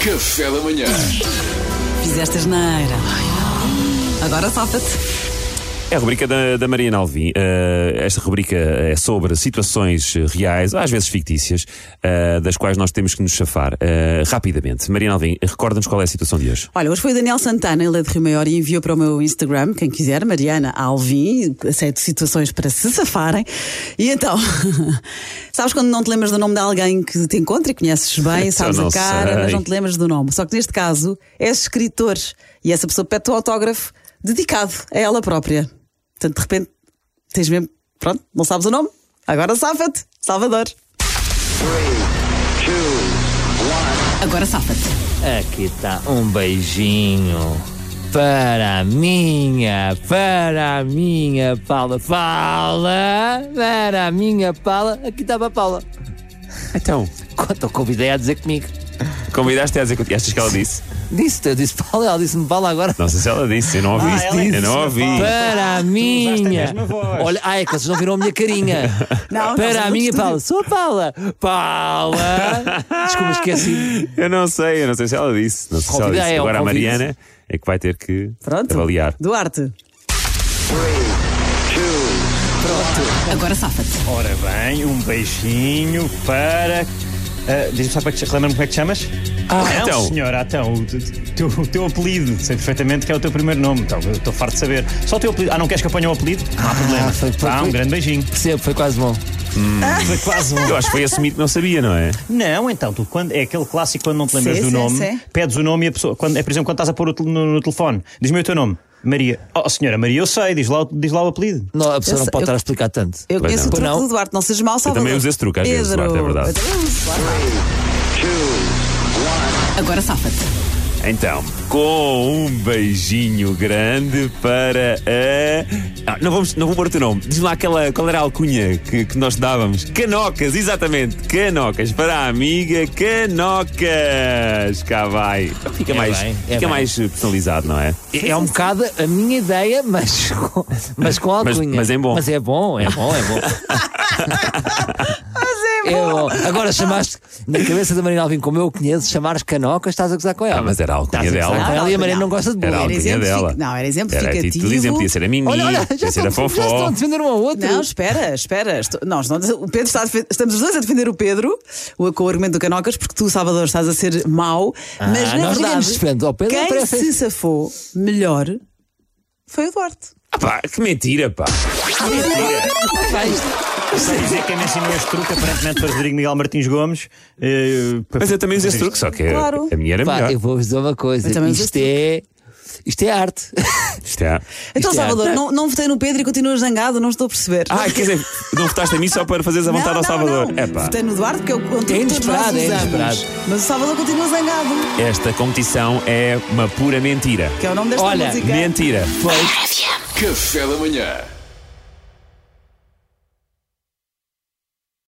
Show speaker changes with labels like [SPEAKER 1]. [SPEAKER 1] Café da manhã.
[SPEAKER 2] Fizeste asneira. Agora safa-te.
[SPEAKER 3] É a rubrica da, da Maria Alvim. Eh, esta rubrica é sobre situações eh, reais, às vezes fictícias, eh, das quais nós temos que nos chafar. Eh, rapidamente, Maria Alvim, recorda-nos qual é a situação de hoje.
[SPEAKER 2] Olha, hoje foi o Daniel Santana, ele é de Rio Maior e enviou para o meu Instagram, quem quiser, Mariana Alvim, aceito situações para se safarem. E então, sabes quando não te lembras do nome de alguém que te encontra e conheces bem,
[SPEAKER 3] Só
[SPEAKER 2] sabes a
[SPEAKER 3] não
[SPEAKER 2] cara,
[SPEAKER 3] sei.
[SPEAKER 2] mas não te lembras do nome. Só que neste caso, és escritor e essa pessoa pede-te o autógrafo dedicado a ela própria. Portanto, de repente, tens mesmo, pronto, não sabes o nome, agora safa-te, Salvador. Agora safa-te.
[SPEAKER 4] Aqui tá um beijinho para a minha, para a minha Paula. Paula! Para a minha Paula. Aqui estava a Paula.
[SPEAKER 3] Então,
[SPEAKER 4] Quanto eu convidei a dizer comigo.
[SPEAKER 3] convidaste-a a dizer que achas que ela disse?
[SPEAKER 4] Disse-te, eu disse Paula, ela disse-me Paula agora.
[SPEAKER 3] Não sei se Ah, ela disse, eu não ouvi.
[SPEAKER 4] Ah, ela
[SPEAKER 3] eu não ouvi.
[SPEAKER 4] Para a minha. Olha, ai, é que vocês não viram a minha carinha.
[SPEAKER 2] Não, nós
[SPEAKER 4] para a
[SPEAKER 2] somos
[SPEAKER 4] minha
[SPEAKER 2] tudo.
[SPEAKER 4] Paula. Sou a Paula. Paula! Desculpa, esqueci.
[SPEAKER 3] Eu não sei, eu não sei se ela disse. Não sei se ela
[SPEAKER 4] Convida-
[SPEAKER 3] disse.
[SPEAKER 4] Assim. é um
[SPEAKER 3] Agora a
[SPEAKER 4] convite.
[SPEAKER 3] Mariana é que vai ter que
[SPEAKER 2] Pronto.
[SPEAKER 3] avaliar.
[SPEAKER 2] Duarte. Pronto. Agora safa-te.
[SPEAKER 5] Ora bem, um beijinho para. ah, Diz-me só como é que lembra-me como é que te chamas? Ah, não,
[SPEAKER 3] então.
[SPEAKER 5] senhora, então, o, te- te- o teu apelido, sei perfeitamente que é o teu primeiro nome, então eu estou farto de saber. Só o teu apelido. Ah, não queres que eu ponha o apelido? Não há problema.
[SPEAKER 4] foi- foi-
[SPEAKER 5] ah, um
[SPEAKER 4] foi-
[SPEAKER 5] grande beijinho.
[SPEAKER 4] Percebo, foi quase bom.
[SPEAKER 5] Foi quase um.
[SPEAKER 3] Eu acho que foi assumir que não sabia, não é?
[SPEAKER 5] Não, então, tu, quando, é aquele clássico quando não te lembras
[SPEAKER 2] Sim,
[SPEAKER 5] do
[SPEAKER 2] sim,
[SPEAKER 5] nome,
[SPEAKER 2] sim.
[SPEAKER 5] pedes o nome e a pessoa. Quando, é, por exemplo, quando estás a pôr o tel- no, no telefone, diz-me o teu nome. Maria. Oh, senhora, Maria, eu sei, diz lá, o- diz lá o apelido.
[SPEAKER 4] Não, a pessoa
[SPEAKER 2] Eu
[SPEAKER 4] não
[SPEAKER 2] sei-
[SPEAKER 4] pode
[SPEAKER 2] eu-
[SPEAKER 4] estar a explicar tanto.
[SPEAKER 2] Eu
[SPEAKER 3] Pois
[SPEAKER 2] conheço
[SPEAKER 3] não.
[SPEAKER 2] o truque
[SPEAKER 4] Pois não.
[SPEAKER 2] do Duarte, não sejas mal, Salvador.
[SPEAKER 3] também uso esse truque às vezes, Duarte, é verdade.
[SPEAKER 2] Eu também uso, lá está. Agora safa-te.
[SPEAKER 3] Então, com um beijinho grande para a. Ah, não, vamos, não vou pôr o teu nome. Diz lá aquela, qual era a alcunha que, que nós dávamos. Canocas, exatamente. Canocas. Para a amiga Canocas. Cá vai. Fica
[SPEAKER 4] É
[SPEAKER 3] mais,
[SPEAKER 4] bem, é
[SPEAKER 3] fica
[SPEAKER 4] bem.
[SPEAKER 3] mais eh, personalizado, não é?
[SPEAKER 4] É um bocado a minha ideia, mas com, mas com
[SPEAKER 3] Mas-
[SPEAKER 4] alcunha.
[SPEAKER 3] mas é bom.
[SPEAKER 4] Mas é bom, é bom, é bom. É bom. Agora chamaste, na cabeça da Marina Alvim, como eu o conheço, chamares canocas, estás a gozar com ela.
[SPEAKER 3] Ah, mas era a alcunha
[SPEAKER 4] Estás a gozar
[SPEAKER 3] dela.
[SPEAKER 4] com ela e a Marina
[SPEAKER 2] Não,
[SPEAKER 4] não gosta de
[SPEAKER 3] Era a
[SPEAKER 4] bullying.
[SPEAKER 3] alcunha
[SPEAKER 2] exemplific-
[SPEAKER 3] dela.
[SPEAKER 2] não, era
[SPEAKER 3] Era
[SPEAKER 2] exemplificativo.
[SPEAKER 3] título exemplo. Podia ser a Mimi,
[SPEAKER 4] Olha, olha, já
[SPEAKER 3] podia ser
[SPEAKER 4] estão,
[SPEAKER 3] a
[SPEAKER 4] já estão a
[SPEAKER 3] Fofó.
[SPEAKER 4] defender um ao outro.
[SPEAKER 2] Não, espera, espera. Estou- Nós, não- o Pedro está a defen- estamos os dois a defender o Pedro o- com o argumento do Canocas, porque tu, Salvador, estás a ser mau. mas na
[SPEAKER 4] Ah, nós damos
[SPEAKER 2] verdade,
[SPEAKER 4] defendo ao Pedro,
[SPEAKER 2] quem
[SPEAKER 4] parece-
[SPEAKER 2] se safou melhor foi o Duarte.
[SPEAKER 3] Ah, pá, que mentira, pá.
[SPEAKER 5] Sei dizer quem me ensinou este truque, aparentemente foi o Rodrigo Miguel Martins Gomes. eh, para-
[SPEAKER 3] Mas eu também uso esse truque, só que
[SPEAKER 2] Claro.
[SPEAKER 3] a minha era
[SPEAKER 4] Pá, eu
[SPEAKER 3] melhor.
[SPEAKER 4] vou-vos dizer uma coisa.
[SPEAKER 2] Eu também assim. uso
[SPEAKER 4] Isto é, isto é arte.
[SPEAKER 3] Isto é.
[SPEAKER 2] Então,
[SPEAKER 4] Isto é
[SPEAKER 2] Salvador,
[SPEAKER 4] arte.
[SPEAKER 2] não, não votei no Pedro e continuas zangado, não estou a perceber.
[SPEAKER 3] Ah, quer dizer, não votaste a mim só para fazeres a vontade
[SPEAKER 2] não,
[SPEAKER 3] ao
[SPEAKER 2] não,
[SPEAKER 3] Salvador.
[SPEAKER 2] Não.
[SPEAKER 3] É pá.
[SPEAKER 2] Votei no Duarte, que é o conteúdo que todos nós
[SPEAKER 4] inesperado, é
[SPEAKER 2] usamos.
[SPEAKER 4] inesperado.
[SPEAKER 2] Mas o Salvador continua zangado,
[SPEAKER 3] Esta competição é uma pura mentira.
[SPEAKER 2] que é o nome desta
[SPEAKER 4] Olha,
[SPEAKER 2] música.
[SPEAKER 3] Mentira.
[SPEAKER 1] Café da manhã.